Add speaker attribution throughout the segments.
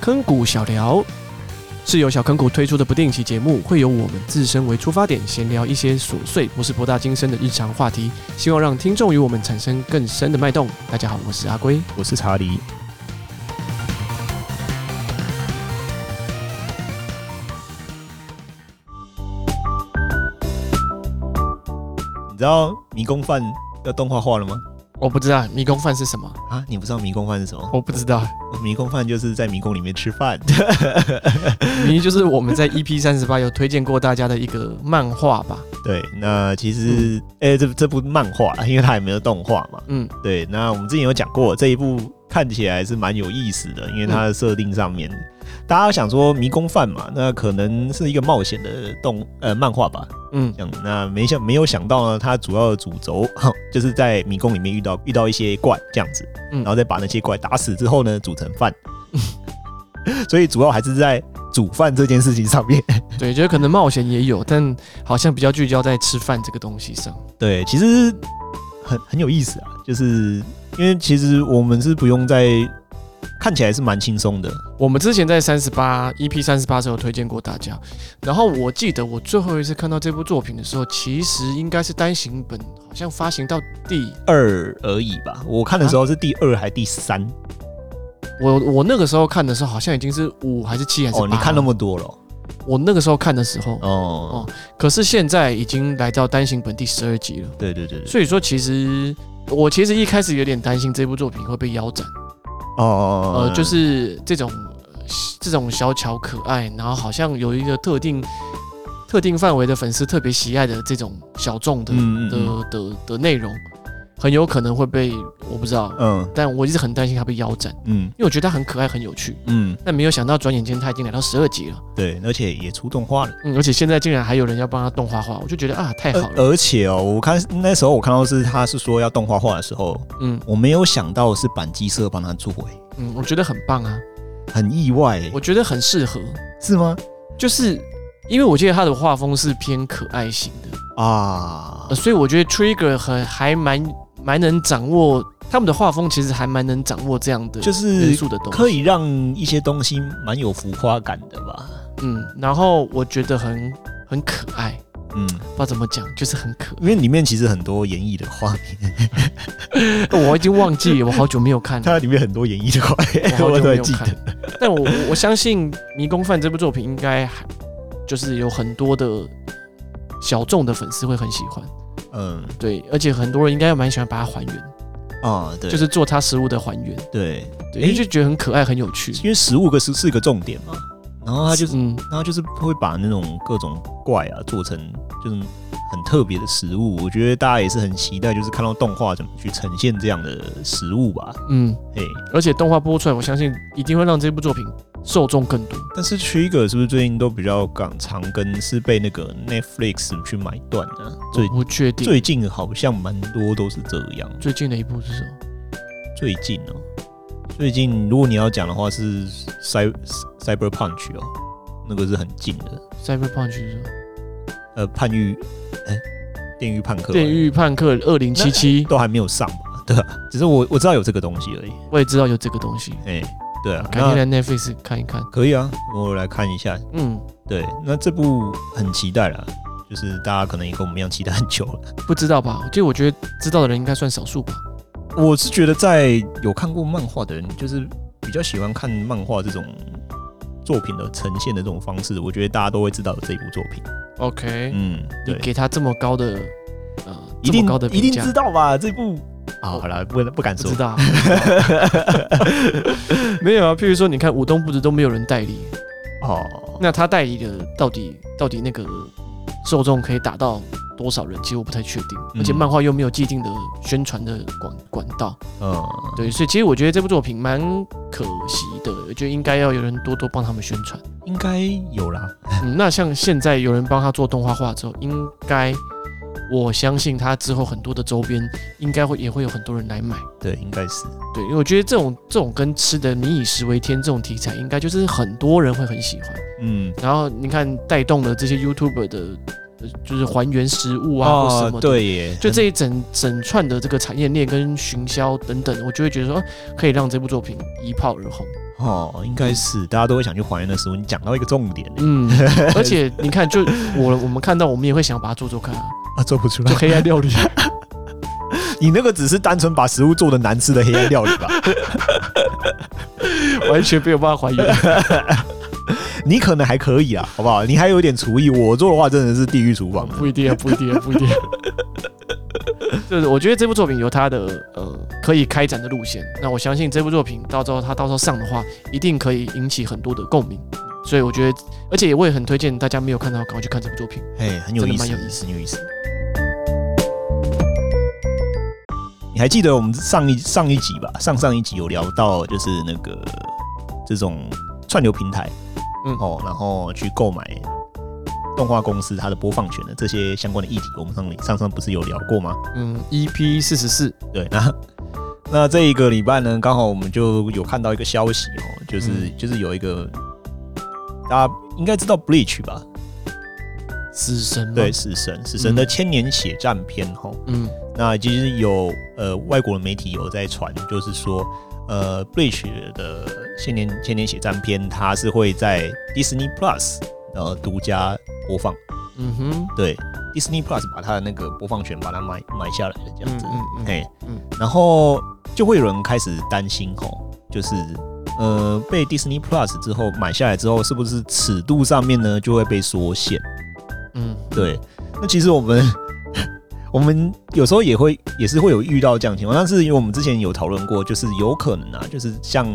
Speaker 1: 坑谷小聊是由小坑谷推出的不定期节目，会由我们自身为出发点，闲聊一些琐碎或是博大精深的日常话题，希望让听众与我们产生更深的脉动。大家好，我是阿龟。
Speaker 2: 我是查理。你知道迷宫饭要动画化了吗？
Speaker 1: 我不知道迷宫饭是什么，
Speaker 2: 啊，你不知道迷宫饭是什么？
Speaker 1: 我不知道，
Speaker 2: 迷宫饭就是在迷宫里面吃 饭。
Speaker 1: 明明就是我们 在 EP 三十八有推荐过大家的一个漫画吧。
Speaker 2: 对，那其实，哎、这这部漫画，因为它也没有动画嘛。
Speaker 1: 嗯，
Speaker 2: 对，那我们之前有讲过，这一部看起来是蛮有意思的，因为它的设定上面，大家想说迷宫饭嘛，那可能是一个冒险的动呃漫画吧，
Speaker 1: 嗯，
Speaker 2: 这样。那没想没有想到呢，它主要的主轴就是在迷宫里面遇到遇到一些怪这样子，
Speaker 1: 嗯
Speaker 2: 然后再把那些怪打死之后呢，煮成饭。 所以主要还是在煮饭这件事情上面。
Speaker 1: 对，觉得可能冒险也有，但好像比较聚焦在吃饭这个东西上。
Speaker 2: 对，其实很很有意思啊，就是因为其实我们是不用在看起来是蛮轻松的，
Speaker 1: 我们之前在三十八 EP 三十八时候推荐过大家，然后我记得我最后一次看到这部作品的时候，其实应该是单行本，好像发行到第
Speaker 2: 二而已吧。我看的时候是第二还第三、
Speaker 1: 啊我我那个时候看的时候，好像已经是五还是七还是八、
Speaker 2: 哦，你看那么多了哦
Speaker 1: 我那个时候看的时候，
Speaker 2: 哦，
Speaker 1: 哦可是现在已经来到单行本第十二集了，
Speaker 2: 对对对对，
Speaker 1: 所以说其实我其实一开始有点担心这部作品会被腰斩，
Speaker 2: 哦，
Speaker 1: 呃，就是这种呃这种小巧可爱，然后好像有一个特定特定范围的粉丝特别喜爱的这种小众的、
Speaker 2: 嗯嗯嗯
Speaker 1: 的的的内容，很有可能会被我不知道，
Speaker 2: 嗯
Speaker 1: 但我一直很担心它被腰斩，
Speaker 2: 嗯
Speaker 1: 因为我觉得它很可爱很有趣，
Speaker 2: 嗯，
Speaker 1: 但没有想到转眼间它已经来到十二集了，
Speaker 2: 对，而且也出动画了。
Speaker 1: 嗯，而且现在竟然还有人要帮它动画化，我就觉得啊太好了，
Speaker 2: 而而且哦，我看那时候我看到是他是说要动画化的时候，
Speaker 1: 嗯
Speaker 2: 我没有想到是板机社帮他做、欸，
Speaker 1: 嗯，我觉得很棒啊，
Speaker 2: 很意外、欸，
Speaker 1: 我觉得很适合，
Speaker 2: 是吗？
Speaker 1: 就是因为我记得它的画风是偏可爱型的。
Speaker 2: 啊
Speaker 1: 呃，所以我觉得 Trigger 很还蛮蛮能掌握他们的画风，其实还蛮能掌握这样的
Speaker 2: 就是
Speaker 1: 元素的东西。
Speaker 2: 可以让一些东西蛮有浮夸感的吧。
Speaker 1: 嗯，然后我觉得很很可爱，
Speaker 2: 嗯，
Speaker 1: 不知道怎么讲，就是很可
Speaker 2: 因为里面其实很多演绎的画面，
Speaker 1: 爱。 我已经忘记，我好久没有看了，
Speaker 2: 它里面很多演绎的画面，
Speaker 1: 我 好久
Speaker 2: 都
Speaker 1: 没
Speaker 2: 还
Speaker 1: 有
Speaker 2: 记
Speaker 1: 看
Speaker 2: 得。。
Speaker 1: 但我我相信《迷宫饭》这部作品应该还就是有很多的小众的粉丝会很喜欢，
Speaker 2: 嗯
Speaker 1: 对，而且很多人应该蛮喜欢把它还原，
Speaker 2: 啊，对，
Speaker 1: 就是做它食物的还原，
Speaker 2: 对，
Speaker 1: 哦对，因为
Speaker 2: 诶
Speaker 1: 就觉得很可爱很有趣。
Speaker 2: 因为食物个是是个重点嘛，然后它就是，
Speaker 1: 嗯，
Speaker 2: 然后就是会把那种各种怪啊做成就是很特别的食物，我觉得大家也是很期待，就是看到动画怎么去呈现这样的食物吧。
Speaker 1: 嗯，
Speaker 2: 哎，
Speaker 1: 而且动画播出来，我相信一定会让这部作品受众更多。
Speaker 2: 但是 Trigger 是不是最近都比较港常跟是被那个 Netflix 去买断的、啊？最
Speaker 1: 不确定
Speaker 2: 最近好像蛮多都是这样。
Speaker 1: 最近的一部是什么？
Speaker 2: 最近哦，最近如果你要讲的话是 Cy Cyber Punch 哦，那个是很近的。
Speaker 1: 《Cyberpunk》是什么？
Speaker 2: 呃，叛狱，哎、电狱叛客，
Speaker 1: 《电狱判客二零七七》，
Speaker 2: 都还没有上吧？对啊，只是我我知道有这个东西而已。
Speaker 1: 我也知道有这个东西，
Speaker 2: 哎、对啊，
Speaker 1: 改天
Speaker 2: 那
Speaker 1: 来 Netflix 看一看。
Speaker 2: 可以啊，我来看一下。
Speaker 1: 嗯，
Speaker 2: 对，那这部很期待啦，就是大家可能也跟我们一样期待很久了。
Speaker 1: 不知道吧？就我觉得知道的人应该算少数吧。
Speaker 2: 我是觉得，在有看过漫画的人，就是比较喜欢看漫画这种作品的呈现的这种方式，我觉得大家都会知道有这部作品。
Speaker 1: OK，、
Speaker 2: 嗯，
Speaker 1: 你
Speaker 2: 对，
Speaker 1: 给他这么高的呃
Speaker 2: 一
Speaker 1: 这
Speaker 2: 定
Speaker 1: 么高的
Speaker 2: 一
Speaker 1: 评
Speaker 2: 定
Speaker 1: 价哦
Speaker 2: 知，道吧？这部啊，好了，不不敢
Speaker 1: 不
Speaker 2: 说
Speaker 1: 知，道。没有啊，譬如说，你看武东不止都没有人代理，
Speaker 2: 哦，
Speaker 1: 那他代理的到底到底那个受众可以达到多少人？其实我不太确定，
Speaker 2: 嗯
Speaker 1: 而且漫画又没有既定的宣传的管管道，
Speaker 2: 嗯，
Speaker 1: 对，所以其实我觉得这部作品蛮可惜的，我觉得应该要有人多多帮他们宣传。
Speaker 2: 应该有啦。
Speaker 1: 嗯，那像现在有人帮他做动画化之后，应该我相信他之后很多的周边应该会也会有很多人来买。
Speaker 2: 对，应该是，
Speaker 1: 对，因为我觉得这种这种跟吃的“民以食为天”这种题材，应该就是很多人会很喜欢。
Speaker 2: 嗯，
Speaker 1: 然后你看带动了这些 YouTuber 的，呃就是还原食物啊、或什么的，，
Speaker 2: 哦对耶，
Speaker 1: 就这一整整串哦的这个产业链跟行销等等，我就会觉得说，啊可以让这部作品一炮而红。
Speaker 2: 很哦，应该是大家都会想去还原那食物。你讲到一个重点、欸，
Speaker 1: 嗯， 而且你看，就我我们看到，我们也会想把它做做看啊，
Speaker 2: 啊，做不出
Speaker 1: 做。黑暗料理。
Speaker 2: 你那个只是单纯把食物做的难吃的黑暗料理吧？
Speaker 1: 完全没有办法还原。
Speaker 2: 你可能还可以啦，好不好？你还有一点厨艺，我做的话真的是地狱厨房了。
Speaker 1: 不一定啊，不一定啊，不一定 啊。就是我觉得这部作品有它的呃可以开展的路线，那我相信这部作品到时候它到时候上的话，一定可以引起很多的共鸣。所以我觉得，而且我也很推荐大家没有看到，赶快去看这部作品。
Speaker 2: 哎、很有意思，
Speaker 1: 真的蛮有意思
Speaker 2: 很有意思。你还记得我们上一上一集吧？上上一集有聊到，就是那个这种串流平台，
Speaker 1: 嗯
Speaker 2: 哦，然后去购买动画公司它的播放权的这些相关的议题，我们上上上不是有聊过吗？
Speaker 1: 嗯，EP 四十四，
Speaker 2: 对，那 那这一个礼拜呢，刚好我们就有看到一个消息哦，就是、
Speaker 1: 嗯
Speaker 2: 就是有一个大家应该知道 Bleach 吧？
Speaker 1: 死神吗
Speaker 2: 对，，死神，死神的千年血战篇哦。
Speaker 1: 嗯
Speaker 2: 那其实有呃外国的媒体有在传，就是说呃 Bleach 的千年千年血战篇，它是会在 Disney Plus 呃独家播放，
Speaker 1: 嗯哼，
Speaker 2: 对，Disney Plus 把它的那个播放权把它买买下来了，这样子。
Speaker 1: 嗯嗯嗯
Speaker 2: 嘿，
Speaker 1: 嗯
Speaker 2: 然后就会有人开始担心吼，就是呃被 Disney Plus 之后买下来之后，是不是尺度上面呢就会被缩限？
Speaker 1: 嗯，
Speaker 2: 对，那其实我们 我们有时候也会也是会有遇到这样的情况，但是因为我们之前有讨论过，就是有可能啊，就是像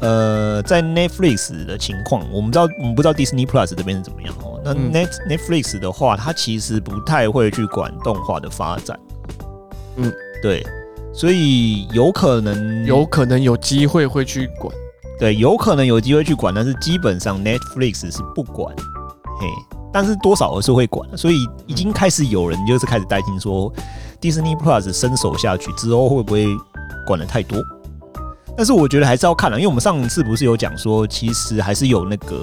Speaker 2: 呃在 Netflix 的情况，我们知道我们不知道 Disney Plus 这边是怎么样哦。那
Speaker 1: 嗯
Speaker 2: Net、Netflix 的话，它其实不太会去管动画的发展，
Speaker 1: 嗯，
Speaker 2: 对。所以有可能
Speaker 1: 有可能有机会会去管，
Speaker 2: 对，有可能有机会去管，但是基本上 Netflix 是不管，嘿，但是多少还是会管，啊所以已经开始有人就是开始担心说，Disney Plus 伸手下去之后会不会管的太多？但是我觉得还是要看了，因为我们上次不是有讲说，其实还是有那个，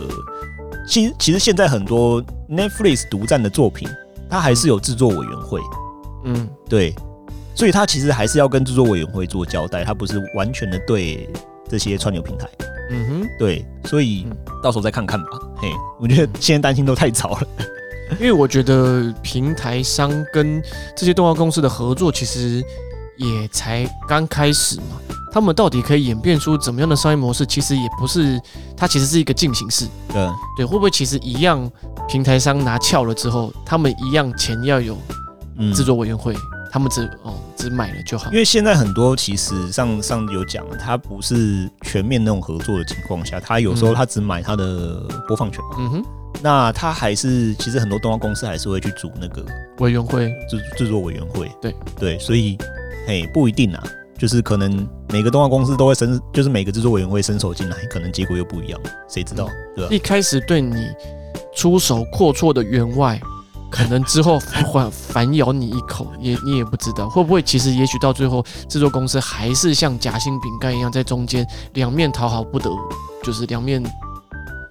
Speaker 2: 其实其实现在很多 Netflix 独占的作品，它还是有制作委员会，
Speaker 1: 嗯
Speaker 2: 对，所以它其实还是要跟制作委员会做交代，它不是完全的对这些串流平台。
Speaker 1: 嗯哼。
Speaker 2: 对，所以
Speaker 1: 嗯
Speaker 2: 到时候再看看吧。嘿，我觉得现在担心都太早了。
Speaker 1: 因为我觉得平台商跟这些动画公司的合作其实也才刚开始嘛，他们到底可以演变出怎么样的商业模式，其实也不是，它其实是一个进行式。
Speaker 2: 对，
Speaker 1: 对，会不会其实一样，平台商拿翘了之后，他们一样钱要有
Speaker 2: 嗯
Speaker 1: 制作委员会，他们只哦只买了就好
Speaker 2: 因。为现在很多其实上上有讲，啊它不是全面那种合作的情况下，它有时候
Speaker 1: 嗯
Speaker 2: 它只买它的播放权嘛。
Speaker 1: 嗯哼，
Speaker 2: 那它还是其实很多动画公司还是会去组那个
Speaker 1: 委员会，
Speaker 2: 制制作委员会。
Speaker 1: 对
Speaker 2: 对，所以嘿不一定啊，就是可能每个动画公司都会伸，就是每个制作委员会伸手进来，可能结果又不一样，谁知道？对吧？
Speaker 1: 一开始对你出手阔绰的员外，可能之后反反咬你一口，也你也不知道会不会。其实也许到最后，制作公司还是像夹心饼干一样，在中间两面讨好不得，就是两面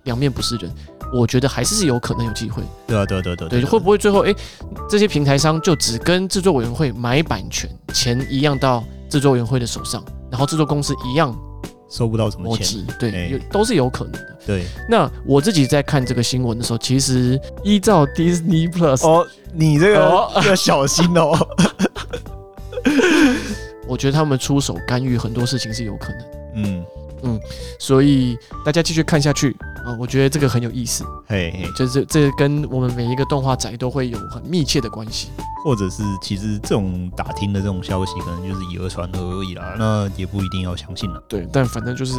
Speaker 1: 两面不是人。我觉得还是有可能有机会，
Speaker 2: 对啊，对啊，对啊，对啊，
Speaker 1: 对，
Speaker 2: 啊
Speaker 1: 会不会最后诶，这些平台商就只跟制作委员会买版权，钱一样到制作委员会的手上，然后制作公司一样
Speaker 2: 收不到什么
Speaker 1: 摸
Speaker 2: 钱？哎
Speaker 1: 鸡，对，有都是有可能的。
Speaker 2: 对，
Speaker 1: 那我自己在看这个新闻的时候，其实依照 Disney Plus，、
Speaker 2: 哦，你这个
Speaker 1: 哦
Speaker 2: 要小心哦。
Speaker 1: 我觉得他们出手干预很多事情是有可能的，
Speaker 2: 嗯，
Speaker 1: 所以大家继续看下去啊、我觉得这个很有意思，
Speaker 2: 嘿嘿，
Speaker 1: 就是这跟我们每一个动画宅都会有很密切的关系。
Speaker 2: 或者是其实这种打听的这种消息，可能就是以讹传讹而已啦，那也不一定要相信啦。
Speaker 1: 对，但反正就是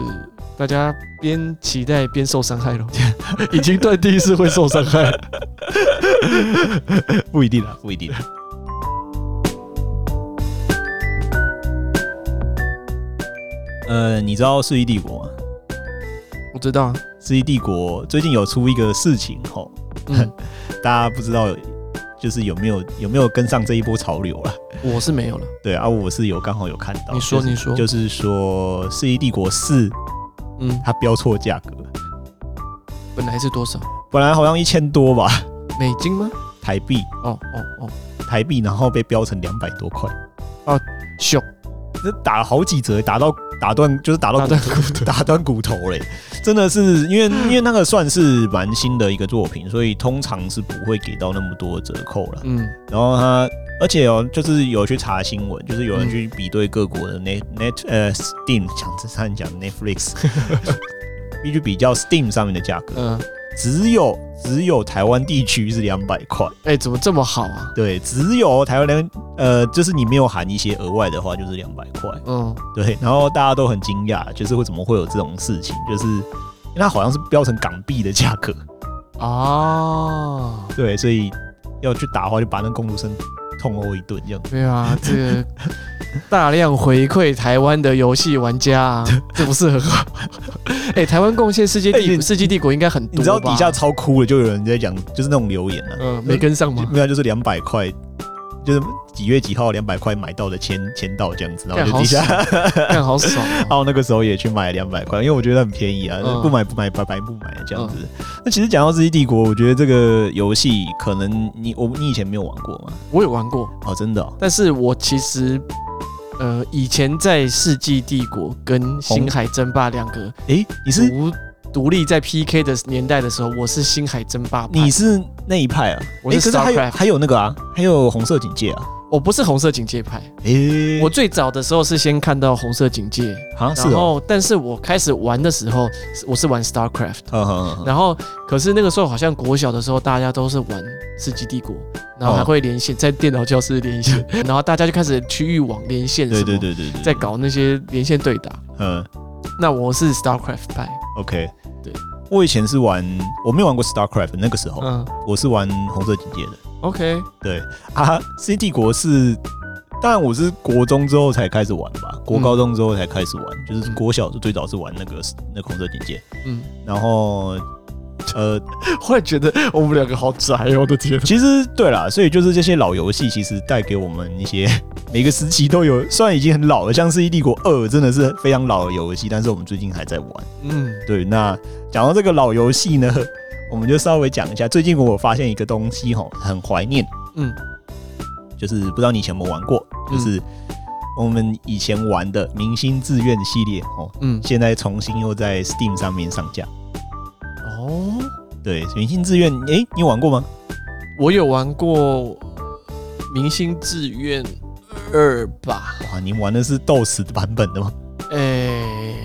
Speaker 1: 大家边期待边受伤害咯，已经断定是会受伤害。
Speaker 2: 不一定啦，不一定。呃，你知道《世纪帝国》吗？
Speaker 1: 我知道啊，
Speaker 2: 《世纪帝国》最近有出一个事情吼，
Speaker 1: 嗯，
Speaker 2: 大家不知道就是有没有有没有跟上这一波潮流啦？
Speaker 1: 我是没有了。
Speaker 2: 对啊，我是有刚好有看到。
Speaker 1: 你说，
Speaker 2: 就是
Speaker 1: 你说，
Speaker 2: 就是说《世纪帝国四》
Speaker 1: 嗯，
Speaker 2: 它标错价格，
Speaker 1: 本来是多少
Speaker 2: 本来好像一千多吧，
Speaker 1: 美金吗？
Speaker 2: 台币，
Speaker 1: 哦哦哦，
Speaker 2: 台币，然后被标成两百多块，
Speaker 1: 秀，
Speaker 2: 这打了好几折，打到打断就是打
Speaker 1: 打
Speaker 2: 到骨
Speaker 1: 断骨头。
Speaker 2: 打断骨头嘞，真的是因为因为那个算是蛮新的一个作品，所以通常是不会给到那么多折扣了。
Speaker 1: 嗯，
Speaker 2: 然后他，而且哦，就是有去查新闻，就是有人去比对各国的 Net Net 呃 Steam 讲这差点讲 Netflix，必须比较 Steam 上面的价格，
Speaker 1: 嗯，
Speaker 2: 只有只有台湾地区是两百块，
Speaker 1: 哎，怎么这么好啊？
Speaker 2: 对，只有台湾两呃，就是你没有含一些额外的话，就是两百块，
Speaker 1: 嗯，
Speaker 2: 对，然后大家都很惊讶，就是为什么会有这种事情，就是因为它好像是标成港币的价格，
Speaker 1: 哦，
Speaker 2: 对，所以要去打的话，就把那公主生痛殴一顿这样。
Speaker 1: 对啊，这个大量回馈台湾的游戏玩家、啊， 这不是很好？ 哎，台湾贡献世界
Speaker 2: 哎
Speaker 1: 帝
Speaker 2: 你
Speaker 1: 世纪帝国应该很多吧？啊
Speaker 2: 你知道底下超哭的，就有人在讲，就是那种留言 啊，
Speaker 1: 嗯没跟 上吗？
Speaker 2: 没有，就是两百块，就是几月几号两百块买到的签签到这样子，然后
Speaker 1: 干
Speaker 2: 就
Speaker 1: 好
Speaker 2: 底下
Speaker 1: 爽，，啊干好爽哦、
Speaker 2: 然后那个时候也去买两百块，因为我觉得很便宜啊，
Speaker 1: 嗯
Speaker 2: 不买不买，白白不买啊这样子。那其实讲到《世纪帝国》，我觉得这个游戏可能你我你以前没有玩过吗？
Speaker 1: 我有玩过，
Speaker 2: 哦，真的、哦，
Speaker 1: 但是我其实。呃，以前在《世纪帝国》跟《星海争霸》两个
Speaker 2: 诶，你是
Speaker 1: 独独立在 PK 的年代的时候，我是《星海争霸》，
Speaker 2: 你是那一派啊？
Speaker 1: 我是
Speaker 2: 诶可是还有
Speaker 1: StarCraft
Speaker 2: 还有那个啊，还有红色警戒啊。
Speaker 1: 我不是红色警戒派，
Speaker 2: 诶，
Speaker 1: 我最早的时候是先看到红色警戒，
Speaker 2: 好像
Speaker 1: 然
Speaker 2: 是哦，
Speaker 1: 后但啊是我开始玩的时候，是我是玩 StarCraft，
Speaker 2: 嗯嗯嗯嗯
Speaker 1: 然后可是那个时候好像国小的时候大家都是玩世纪帝国，然后还
Speaker 2: 哦
Speaker 1: 会连线在电脑教室连线， 然后大家就开始区域网连线什
Speaker 2: 对
Speaker 1: 么，
Speaker 2: 对对对对，
Speaker 1: 在搞那些连线对打。
Speaker 2: 嗯。
Speaker 1: 那我是 StarCraft 派，
Speaker 2: OK，
Speaker 1: 对，
Speaker 2: 我以前是玩，我没有玩过 StarCraft，那个时候、
Speaker 1: 嗯
Speaker 2: 我是玩红色警戒的。
Speaker 1: ，OK，
Speaker 2: 对啊，《C 帝国》是，当然我是国中之后才开始玩吧，国高中之后才开始玩，就是国小最早是玩那个那个红色警戒，
Speaker 1: 嗯，
Speaker 2: 然后呃，
Speaker 1: 忽然觉得我们两个好宅哦，我的天，
Speaker 2: 其实对啦，所以就是这些老游戏其实带给我们一些每个时期都有，虽然已经很老了，像《世纪帝国二》真的是非常老的游戏，但是我们最近还在玩。
Speaker 1: 嗯，
Speaker 2: 对，那讲到这个老游戏呢，我们就稍微讲一下。最近我发现一个东西吼，很怀念，
Speaker 1: 嗯，
Speaker 2: 就是不知道你以前有没有玩过，
Speaker 1: 嗯
Speaker 2: 就是我们以前玩的《明星志愿》系列哦，
Speaker 1: 嗯，
Speaker 2: 现在重新又在 Steam 上面上架。
Speaker 1: 哦，
Speaker 2: 对，《明星志愿》，诶，你有玩过吗？
Speaker 1: 我有玩过《明星志愿二》吧？
Speaker 2: 哇，你玩的是 DOS 的版本的吗？
Speaker 1: 哎、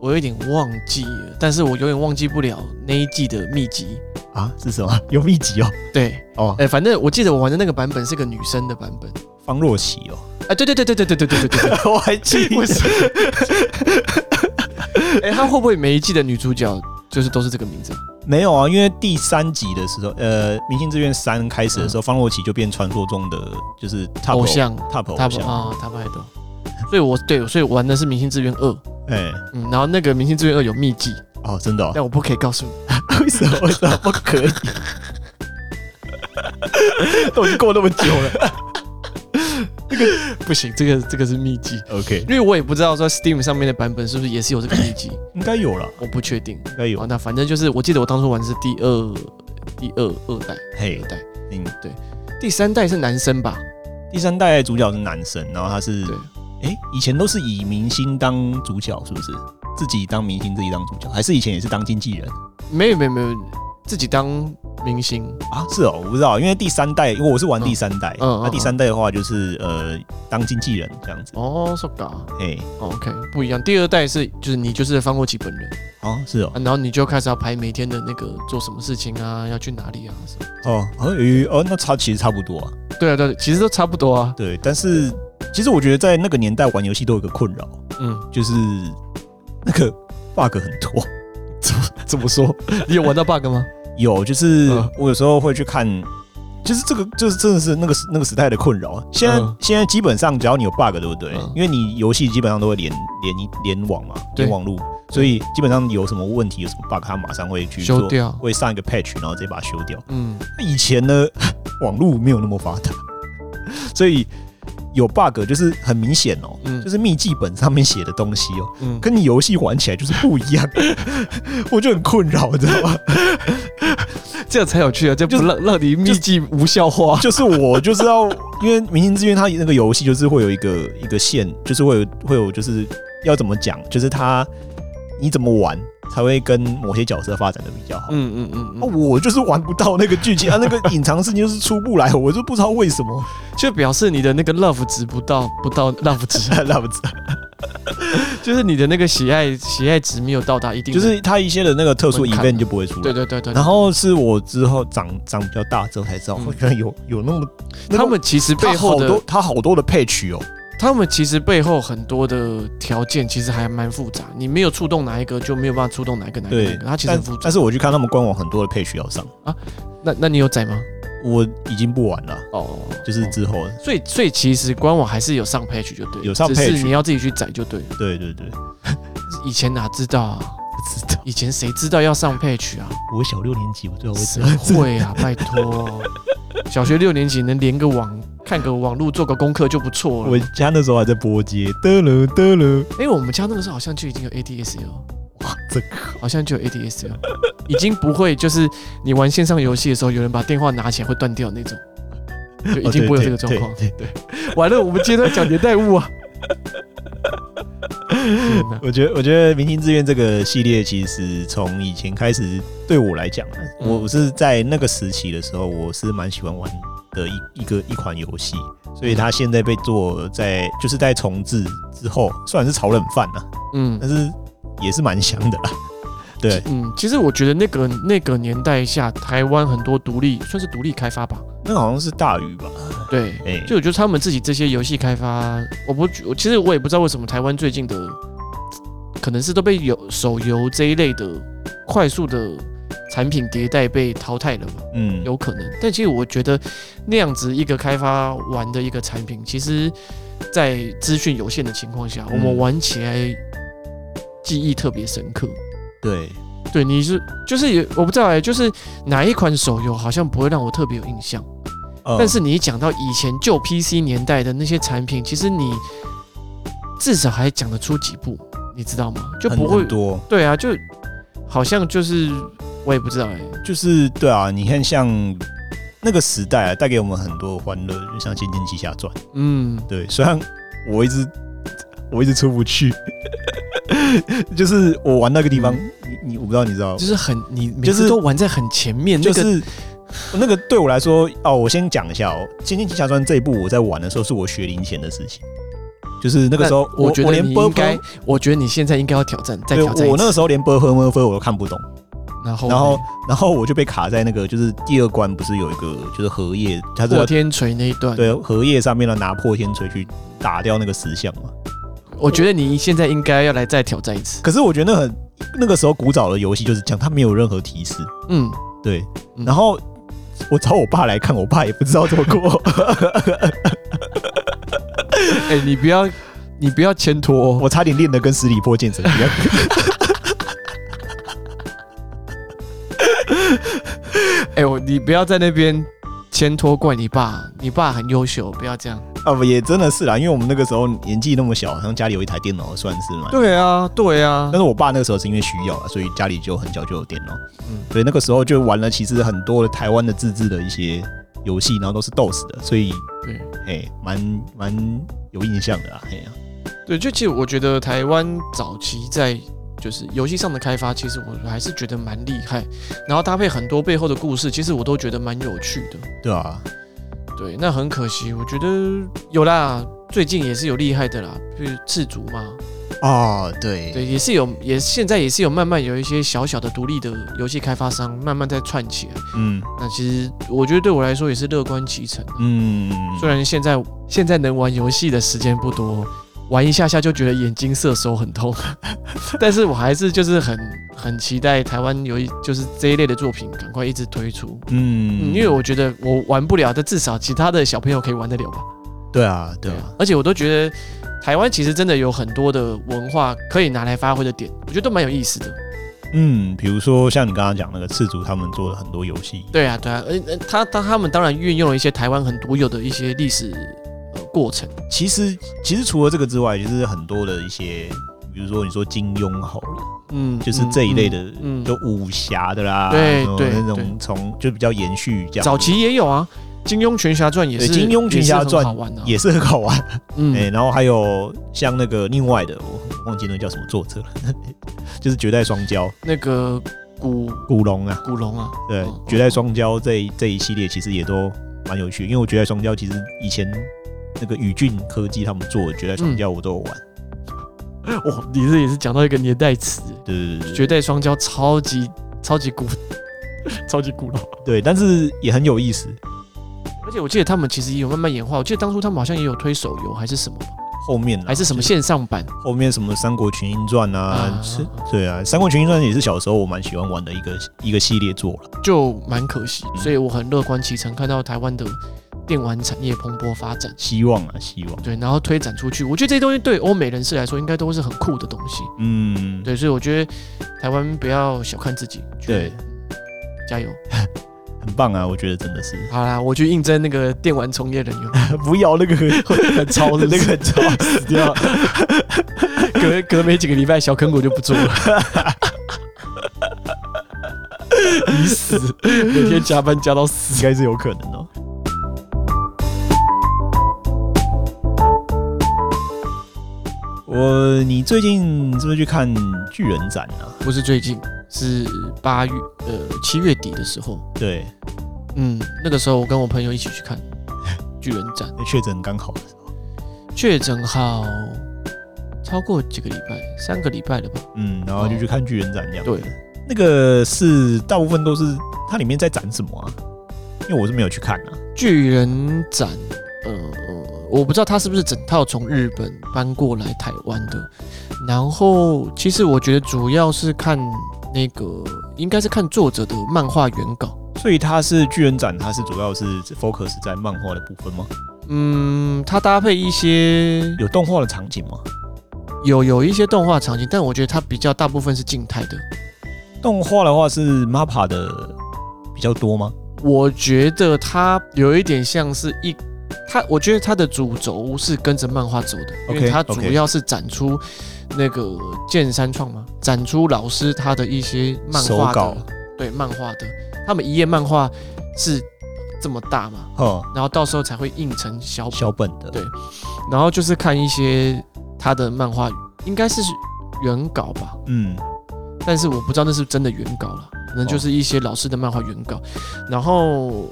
Speaker 1: 我有点忘记了，但是我永远忘记不了那一季的秘籍。
Speaker 2: 啊，是什么？ 有秘籍哦，
Speaker 1: 对，
Speaker 2: 哦
Speaker 1: 哎、，反正我记得我玩的那个版本是个女生的版本。
Speaker 2: 方若曦哦，
Speaker 1: 哎、对对对对对对对对对 对
Speaker 2: 我还记
Speaker 1: 对，为什
Speaker 2: 得。
Speaker 1: 么？哎、她会不会每一季的女主角就是都是这个名字啊？
Speaker 2: 没有啊，因为第三集的时候，呃，《明星志愿三》开始的时候，方若琪就变传说中的就是
Speaker 1: 偶
Speaker 2: top
Speaker 1: 像，
Speaker 2: top
Speaker 1: 他
Speaker 2: 偶
Speaker 1: 不
Speaker 2: 像，
Speaker 1: 啊，他不爱豆。所以我对，所以我玩的是《明星志愿二》，
Speaker 2: 哎、
Speaker 1: 嗯，然后那个《明星志愿二》有秘籍，
Speaker 2: 哦，真的、哦，
Speaker 1: 但我不可以告诉你。
Speaker 2: 为什么为什么不可以？都已经过那么久了
Speaker 1: 不行，这个这个是秘籍，
Speaker 2: ，OK，
Speaker 1: 因为我也不知道说 Steam 上面的版本是不是也是有这个秘 籍，
Speaker 2: 应该有了，
Speaker 1: 我不确定。
Speaker 2: 应该有
Speaker 1: 好，，那反正就是我记得我当初玩的是第二第二二代，
Speaker 2: 嘿
Speaker 1: 二代，
Speaker 2: 嗯，
Speaker 1: 第三代是男生吧？
Speaker 2: 第三代主角是男神，然后他是
Speaker 1: 对，
Speaker 2: 哎、以前都是以明星当主角，是不是？自己当明星，自己当主角，还是以前也是当经纪人
Speaker 1: 没有没有没有，自己当明星，
Speaker 2: 啊？是哦，我不知道，因为第三代，因为我是玩第三代，那、
Speaker 1: 嗯嗯嗯
Speaker 2: 第三代的话就是呃当经纪人这样子，
Speaker 1: 哦，说搞啊
Speaker 2: 哎、
Speaker 1: 哦，OK，不一样。第二代是就是你就是方过奇本人、
Speaker 2: 哦，是哦
Speaker 1: 啊，，然后你就开始要排每天的那个做什么事情啊，要去哪里啊什么。
Speaker 2: 哦，哦，与哦，那差其实差不多啊，
Speaker 1: 对啊对啊，其实都差不多啊。
Speaker 2: 对，但是其实我觉得在那个年代玩游戏都有个困扰，
Speaker 1: 嗯，
Speaker 2: 就是那个 bug 很多， 怎么怎么说？
Speaker 1: 你有玩到 bug 吗？
Speaker 2: 有，就是
Speaker 1: 嗯
Speaker 2: 我有时候会去看，就是这个，就是真的是那个时那个时代的困扰啊。现在、
Speaker 1: 嗯
Speaker 2: 现在基本上只要你有 bug，对不对？
Speaker 1: 嗯
Speaker 2: 因为你游戏基本上都会连连一联网嘛，
Speaker 1: 对
Speaker 2: 联网路，所以基本上有什么问题、有什么 bug，它马上会去做
Speaker 1: 修掉
Speaker 2: 会上一个 patch，然后直接把它修掉。
Speaker 1: 嗯，
Speaker 2: 以前呢， 网络没有那么发达， 所以有 bug 就是很明显哦，
Speaker 1: 嗯
Speaker 2: 就是秘籍本上面写的东西哦，
Speaker 1: 嗯，
Speaker 2: 跟你游戏玩起来就是不一样， 我就很困扰，你知道吗？
Speaker 1: 这样才有趣啊，这不
Speaker 2: 就是
Speaker 1: 让让你秘籍无效化。
Speaker 2: 就是我就是要，因为《明星志愿》它那个游戏就是会有一个一个线，就是会有会有就是要怎么讲，就是他你怎么玩才会跟某些角色发展的比较好。
Speaker 1: 嗯嗯嗯，
Speaker 2: 啊，
Speaker 1: 嗯
Speaker 2: 我就是玩不到那个剧情啊，那个隐藏事情就是出不来， 我就不知道为什么。
Speaker 1: 就表示你的那个 love 值不到不到 love 值，
Speaker 2: 那不知道，
Speaker 1: 就是你的那个喜爱喜爱值没有到达一定的，
Speaker 2: 就是他一些的那个特殊
Speaker 1: 门槛
Speaker 2: event 就不会出来
Speaker 1: 对。对对对。
Speaker 2: 然后是我之后长长比较大之后才知道，
Speaker 1: 嗯
Speaker 2: 我原来有有那么那个
Speaker 1: 他们其实
Speaker 2: 他
Speaker 1: 背
Speaker 2: 好
Speaker 1: 后的
Speaker 2: 多他好多的配曲哦，
Speaker 1: 他们其实背后很多的条件其实还蛮复杂，你没有触动哪一个就没有办法触动哪一个哪一个哪一
Speaker 2: 对
Speaker 1: 个，它，其实
Speaker 2: 但
Speaker 1: 很复杂
Speaker 2: 但。是我去看他们官网很多的配曲要上，
Speaker 1: 那那你有载吗？
Speaker 2: 我已经不玩了，
Speaker 1: 哦，
Speaker 2: 就是
Speaker 1: 哦
Speaker 2: 之后，
Speaker 1: 所以所以其实官网还是有上 page 就对了，
Speaker 2: 有上
Speaker 1: 只
Speaker 2: page
Speaker 1: 是你要自己去载就对了。
Speaker 2: 对对对，不
Speaker 1: 以前哪知道啊？
Speaker 2: 知道，
Speaker 1: 以前谁知道要上 page 啊？
Speaker 2: 我小六年级，我最后会
Speaker 1: 谁
Speaker 2: 知 道，
Speaker 1: 会啊？拜托，小学六年级能连个网看个网路做个功课就不错
Speaker 2: 我
Speaker 1: 了。
Speaker 2: 家那时候还在播街，得了得了，
Speaker 1: 哎、我们家那个时候好像就已经有 ADSL，
Speaker 2: 哇，这个
Speaker 1: 好像就有 ADSL，已经不会就是你玩线上游戏的时候，有人把电话拿起来会断掉那种，就已经不会有这个状况。
Speaker 2: 哦对对对对
Speaker 1: 完了，我们今天都在讲年代 物啊。天哪
Speaker 2: 我觉得我觉得《明星志愿》这个系列其实从以前开始，对我来讲，啊
Speaker 1: 嗯
Speaker 2: 我是在那个时期的时候，我是蛮喜欢玩的一一个一款游戏，所以它现在被做在就是在重置之后，虽然是炒冷饭啊，
Speaker 1: 嗯
Speaker 2: 但是也是蛮香的啦。对，
Speaker 1: 嗯，其实我觉得那个那个年代下，台湾很多独立算是独立开发吧，
Speaker 2: 那好像是大鱼吧？
Speaker 1: 对，
Speaker 2: 哎、
Speaker 1: 就我觉得他们自己这些游戏开发，我不，我其实我也不知道为什么台湾最近的，可能是都被有手游这一类的快速的产品迭代被淘汰了吧，
Speaker 2: 嗯，
Speaker 1: 有可能。但其实我觉得那样子一个开发完的一个产品，其实，在资讯有限的情况下，我们
Speaker 2: 嗯
Speaker 1: 玩起来记忆特别深刻。
Speaker 2: 对，
Speaker 1: 对，你是就是也我不知道哎、就是哪一款手游好像不会让我特别有印象。
Speaker 2: 呃
Speaker 1: 但是你一讲到以前旧 PC 年代的那些产品，其实你至少还讲得出几部，你知道吗？就
Speaker 2: 很
Speaker 1: 不会
Speaker 2: 很多，
Speaker 1: 对啊，就好像就是我也不知道哎、
Speaker 2: 就是对啊，你看像那个时代啊，带给我们很多欢乐，就像《仙剑奇侠传》。
Speaker 1: 嗯，
Speaker 2: 对，虽然我一直我一直出不去， 就是我玩那个地
Speaker 1: 嗯
Speaker 2: 方，你你我不知道你知道
Speaker 1: 就，是很你每
Speaker 2: 就是
Speaker 1: 次都玩在很前面，
Speaker 2: 就
Speaker 1: 那个
Speaker 2: 是。那个对我来说，哦，我先讲一下哦，《仙剑奇侠传》这一部我在玩的时候，是我学龄前的事情，就是那个时候
Speaker 1: 我觉得
Speaker 2: 我连
Speaker 1: 你应
Speaker 2: Burp-
Speaker 1: 该，我觉得你现在应该要挑战，再
Speaker 2: 对，
Speaker 1: 挑战一
Speaker 2: 我那个
Speaker 1: 次。Oh
Speaker 2: 时候连 b u r f e r m u r f e r 我都看不懂，
Speaker 1: 然后
Speaker 2: 然后然后我就被卡在那个就是第二关不是有一个就是荷叶，它是
Speaker 1: 破
Speaker 2: 要
Speaker 1: 天锤那一段，
Speaker 2: 对荷叶上面的拿破天锤去打掉那个石像嘛，
Speaker 1: 我觉得你现在应该要来再挑战一次。
Speaker 2: 可是我觉得那很那个时候古早的游戏就是这样，它没有任何提示。
Speaker 1: 嗯，
Speaker 2: 对，
Speaker 1: 嗯
Speaker 2: 然后我找我爸来看，我爸也不知道怎么过。
Speaker 1: 哦哎、你不要，你不要牵拖、哦。
Speaker 2: 我差点练得跟十里坡剑神一样。
Speaker 1: 哎、我你不要在那边牵拖怪你爸，你爸很优秀，不要这样。
Speaker 2: 啊，不也真的是啦，因为我们那个时候年纪那么小，好像家里有一台电脑算是嘛。
Speaker 1: 对啊，对啊
Speaker 2: 但是我爸那个时候是因为需要啊，所以家里就很小就有电脑。
Speaker 1: 嗯
Speaker 2: 嗯，所以那个时候就玩了，其实很多的台湾的自制的一些游戏，然后都是 DOS 的，所以
Speaker 1: 对
Speaker 2: 哎，蛮蛮有印象的啦。哎呀、
Speaker 1: 对，就其实我觉得台湾早期在就是游戏上的开发，其实我还是觉得蛮厉害，然后搭配很多背后的故事，其实我都觉得蛮有趣的。
Speaker 2: 对啊，
Speaker 1: 对，那很可惜，我觉得有啦，最近也是有厉害的啦，比如赤足嘛，
Speaker 2: 哦，对，
Speaker 1: 对，也是有，也现在也是有慢慢有一些小小的独立的游戏开发商慢慢在串起来。
Speaker 2: 嗯
Speaker 1: 那其实我觉得对我来说也是乐观其成的。啊
Speaker 2: 嗯，
Speaker 1: 虽然现在现在能玩游戏的时间不多，玩一下下就觉得眼睛涩，手很痛， 但是我还是就是很很期待台湾有一就是这一类的作品赶快一直推出。嗯，
Speaker 2: 嗯，
Speaker 1: 因为我觉得我玩不了，但至少其他的小朋友可以玩得了吧？
Speaker 2: 对啊，对啊，，
Speaker 1: 而且我都觉得台湾其实真的有很多的文化可以拿来发挥的点，我觉得都蛮有意思的。
Speaker 2: 嗯，比如说像你刚刚讲那个赤足，他们做了很多游戏，
Speaker 1: 对啊，对啊，呃，呃他当他们当然运用了一些台湾很独有的一些历史呃过程。
Speaker 2: 其实其实除了这个之外，就是很多的一些，比如说你说金庸好了，
Speaker 1: 嗯，
Speaker 2: 就是这一类的，
Speaker 1: 嗯嗯嗯
Speaker 2: 就武侠的啦，
Speaker 1: 对
Speaker 2: 然后
Speaker 1: 对
Speaker 2: 那
Speaker 1: 对
Speaker 2: 种从就比较延续这样，
Speaker 1: 早期也有啊，金庸群侠传》也是，
Speaker 2: 对金庸群侠
Speaker 1: 也是很
Speaker 2: 传
Speaker 1: 好玩啊，
Speaker 2: 也是很好玩。
Speaker 1: 嗯，
Speaker 2: 哎、然后还有像那个另外的，我忘记那叫什么作者了， 就是《绝代双骄》
Speaker 1: 那个古
Speaker 2: 古龙啊，
Speaker 1: 古龙啊，
Speaker 2: 对，
Speaker 1: 哦
Speaker 2: 《绝代双骄》这一这一系列其实也都蛮有趣，因为我《绝代双骄》其实以前那个宇俊科技他们做的《绝代
Speaker 1: 嗯
Speaker 2: 双骄》我都有玩，
Speaker 1: 哇，你这也是讲到一个年代词，
Speaker 2: 对对对
Speaker 1: 《
Speaker 2: 对
Speaker 1: 绝代双骄》超级超级古， 超级古老。
Speaker 2: 对，但是也很有意思。
Speaker 1: 而且我记得他们其实也有慢慢演化，我记得当初他们好像也有推手游还是什么吧，
Speaker 2: 后面啊
Speaker 1: 还是什么
Speaker 2: 就是
Speaker 1: 线上版
Speaker 2: 后面什么《三国群英传》
Speaker 1: 啊
Speaker 2: 啊，是对啊，《三国群英传》也是小时候我蛮喜欢玩的一个一个系列作了。
Speaker 1: 就蛮可惜，
Speaker 2: 嗯
Speaker 1: 所以我很乐观其成，看到台湾的电玩产业蓬勃发展。
Speaker 2: 希望啊，希望，
Speaker 1: 对，然后推展出去，我觉得这些东西对欧美人士来说应该都是很酷的东西。
Speaker 2: 嗯，
Speaker 1: 对，所以我觉得台湾不要小看自己，去
Speaker 2: 对，
Speaker 1: 加油！
Speaker 2: 很棒啊，我觉得真的是
Speaker 1: 好啦，我去应征那个电玩从业人员，
Speaker 2: 不要那个很
Speaker 1: 超是不
Speaker 2: 那
Speaker 1: 是
Speaker 2: 个 很超死 掉。
Speaker 1: 隔隔没几个礼拜，小坑果就不做 了。你死！每天加班加到
Speaker 2: 应
Speaker 1: 死。
Speaker 2: 该是有可能哦。我，你最近是不是去看巨人展啊？
Speaker 1: 不是最近，是八月呃七月底的时候，
Speaker 2: 对，
Speaker 1: 嗯，那个时候我跟我朋友一起去看巨人展，
Speaker 2: 确诊刚好的时候。
Speaker 1: 确诊好超过几个礼拜，三个礼拜了吧？
Speaker 2: 嗯，然后就去看巨人展这样。
Speaker 1: 哦对，
Speaker 2: 那个是大部分都是它里面在展什么啊？因为我是没有去看啊。
Speaker 1: 巨人展，呃，我不知道它是不是整套从日本搬过来台湾的。然后，其实我觉得主要是看那个，应该是看作者的漫画原稿。
Speaker 2: 所以它是巨人展，它是主要是 focus 在漫画的部分吗？
Speaker 1: 嗯，它搭配一些
Speaker 2: 有动画的场景吗？
Speaker 1: 有有一些动画场景，但我觉得它比较大部分是静态的。
Speaker 2: 动画的话是 MAPPA 的比较多吗？
Speaker 1: 我觉得它有一点像是一，它我觉得它的主轴是跟着漫画走的，因为
Speaker 2: OK，
Speaker 1: 它主
Speaker 2: OK
Speaker 1: 要是展出那个剑三创嘛，展出老师他的一些漫
Speaker 2: 手
Speaker 1: 画
Speaker 2: 稿
Speaker 1: 的，对漫画的，他们一页漫画是这么大嘛，
Speaker 2: 哼，
Speaker 1: 然后到时候才会印成小本，
Speaker 2: 小本的。
Speaker 1: 对然后就是看一些他的漫画，应该是原稿吧，
Speaker 2: 嗯，
Speaker 1: 但是我不知道那是不是真的原稿了，可能就是一些老师的漫画原稿，然后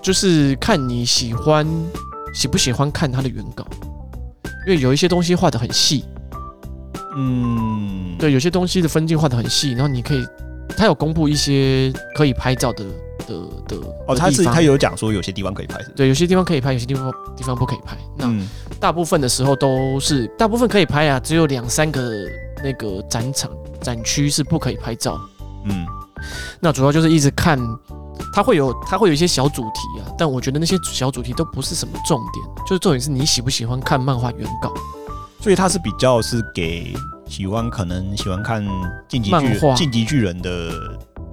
Speaker 1: 就是看你喜欢喜不喜欢看他的原稿，因为有一些东西画的很细，
Speaker 2: 嗯，
Speaker 1: 对，有些东西的分镜画的很细，然后你可以，他有公布一些可以拍照的的的
Speaker 2: 哦，
Speaker 1: 的
Speaker 2: 他
Speaker 1: 地
Speaker 2: 是
Speaker 1: 方
Speaker 2: 他有讲说有些地方可以拍，是不是
Speaker 1: 对，有些地方可以拍，有些地方地方不可以拍，那
Speaker 2: 嗯，
Speaker 1: 大部分的时候都是大部分可以拍啊，只有两三个那个展场展区是不可以拍照的
Speaker 2: 嗯，
Speaker 1: 那主要就是一直看，它会有它会有一些小主题啊，但我觉得那些小主题都不是什么重点，就是重点是你喜不喜欢看漫画原稿。
Speaker 2: 所以他是比较是给喜欢可能喜欢看晋级巨
Speaker 1: 漫画
Speaker 2: 人晋级巨人的，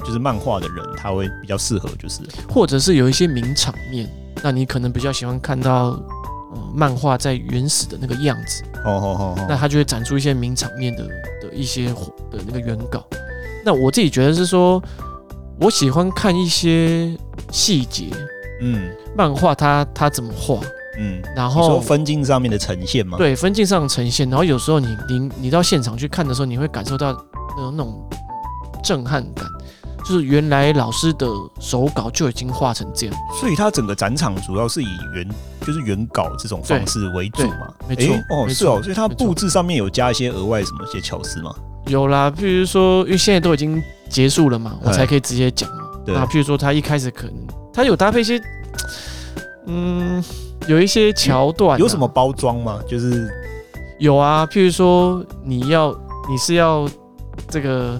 Speaker 2: 就是漫画的人，他会比较适合，就是
Speaker 1: 或者是有一些名场面，那你可能比较喜欢看到。呃，漫画在原始的那个样子，
Speaker 2: 哦哦哦
Speaker 1: 那
Speaker 2: 哦，
Speaker 1: 它就会展出一些名场面的的一些的那个原稿。那我自己觉得是说，我喜欢看一些细节，
Speaker 2: 嗯
Speaker 1: 漫画它它怎么画，
Speaker 2: 嗯，你
Speaker 1: 然后
Speaker 2: 说分镜上面的呈现吗？，
Speaker 1: 对，分镜上的呈现，然后有时候你你你到现场去看的时候，你会感受到那种那种震撼感，就是原来老师的手稿就已经画成这样，
Speaker 2: 所以他整个展场主要是以原就是原稿这种方式为主嘛，
Speaker 1: 对对没错
Speaker 2: 诶哦
Speaker 1: 没
Speaker 2: 是
Speaker 1: 错
Speaker 2: 哦，所以他
Speaker 1: 没错
Speaker 2: 布置上面有加一些额外什么一些巧思吗？
Speaker 1: 有啦，譬如说，因为现在都已经结束了嘛，我
Speaker 2: 哎
Speaker 1: 才可以直接讲嘛。
Speaker 2: 对
Speaker 1: 那譬如说，他一开始可能他有搭配一些，嗯，有一些桥段、啊
Speaker 2: 有什么？包装吗？就是
Speaker 1: 有啊，譬如说，你要你是要这个。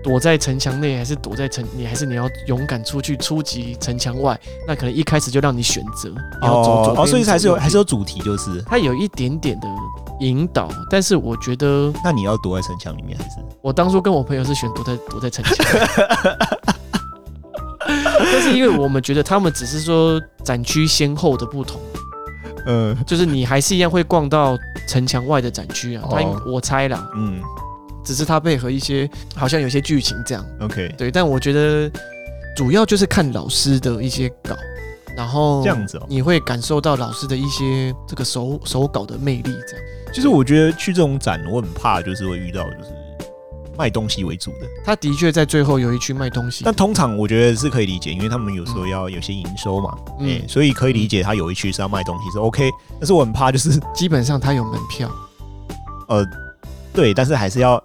Speaker 1: 躲在城墙内，还是躲在城？你还是你要勇敢出去出击城墙外？那可能一开始就让你选择，你要走左
Speaker 2: 哦
Speaker 1: 边、
Speaker 2: 哦，所以还是有
Speaker 1: 走右边
Speaker 2: 还是有主题，就是
Speaker 1: 它有一点点的引导，但是我觉得
Speaker 2: 那你要躲在城墙里面还是？
Speaker 1: 我当初跟我朋友是选躲在躲在城 墙，但是因为我们觉得他们只是说展区先后的不同，
Speaker 2: 嗯
Speaker 1: 就是你还是一样会逛到城墙外的展区啊。他应
Speaker 2: 哦
Speaker 1: 我猜啦，
Speaker 2: 嗯
Speaker 1: 只是他配合一些好像有些剧情这样。
Speaker 2: ，OK，
Speaker 1: 对，但我觉得主要就是看老师的一些稿，然后
Speaker 2: 这样子哦、
Speaker 1: 你会感受到老师的一些这个手手稿的魅力，这样
Speaker 2: 其实我觉得去这种展，我很怕就是会遇到就是卖东西为主的，
Speaker 1: 他的确在最后有一区卖东西，
Speaker 2: 但通常我觉得是可以理解，因为他们有时候要有些营收嘛，嗯、
Speaker 1: 嗯，
Speaker 2: 所以可以理解他有一区是要卖东西是 OK，但是我很怕就是
Speaker 1: 基本上他有门 票，
Speaker 2: 呃，对，但是还是要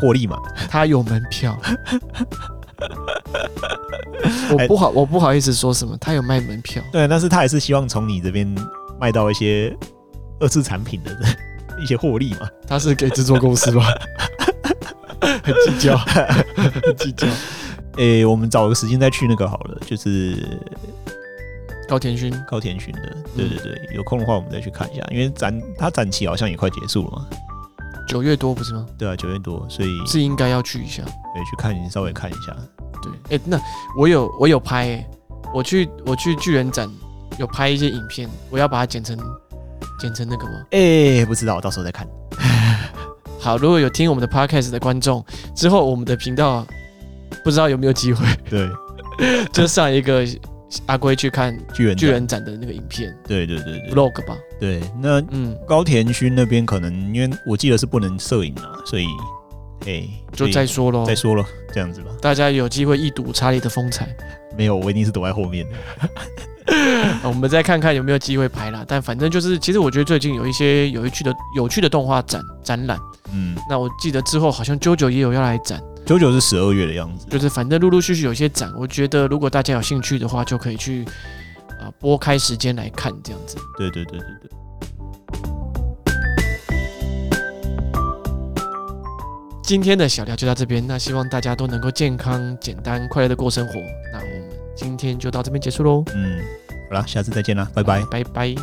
Speaker 2: 获利嘛，
Speaker 1: 他有门票。 我
Speaker 2: 哎
Speaker 1: 不好，我不好意思说什么，他有卖门票，
Speaker 2: 对，但是他还是希望从你这边卖到一些二次产品的 一些获利嘛，
Speaker 1: 他是给制作公司 吧？很计较，很计较。
Speaker 2: 诶、哎我们找个时间再去那个好了，就是
Speaker 1: 高田勋，
Speaker 2: 高田勋的，对对对，有空的话我们再去看一下，因为展他展期好像也快结束了嘛，
Speaker 1: 九月多不是吗？
Speaker 2: 对啊，九月多，所以
Speaker 1: 是应该要去一下。
Speaker 2: 可以去看稍微看一下，
Speaker 1: 对，哎、那我有我有拍、欸，我去我去巨人展有拍一些影片，我要把它剪成剪成那个吗？
Speaker 2: 诶、哎不知道，到时候再看，
Speaker 1: 好，如果有听我们的 podcast 的观众，之后我们的频道不知道有没有机会，
Speaker 2: 对，
Speaker 1: 就上一个阿龟去看
Speaker 2: 巨人
Speaker 1: 巨
Speaker 2: 展，
Speaker 1: 人展的那个影片
Speaker 2: 对对对对
Speaker 1: vlog 吧。
Speaker 2: 对，那
Speaker 1: 嗯，
Speaker 2: 高田勋那边可能因为我记得是不能摄影啊，所以诶、
Speaker 1: 就
Speaker 2: 所以
Speaker 1: 再说喽
Speaker 2: 再。说了，这样子吧，
Speaker 1: 大家有机会一睹查理的风采，
Speaker 2: 没有，我一定是躲在后面的，
Speaker 1: 啊我们再看看有没有机会拍啦。但反正就是，其实我觉得最近有一些有趣的、有趣的动画展展览。
Speaker 2: 嗯，
Speaker 1: 那我记得之后好像 JoJo 也有要来展，
Speaker 2: 九九是十二月的样子，
Speaker 1: 就是反正陆陆续续有一些展，我觉得如果大家有兴趣的话，就可以去啊、呃拨开时间来看这样子。
Speaker 2: 对对对对对，
Speaker 1: 今天的小聊就到这边，那希望大家都能够健康、简单、快乐的过生活。那我们今天就到这边结束喽，
Speaker 2: 嗯，好啦，下次再见啦，拜拜。
Speaker 1: 拜拜。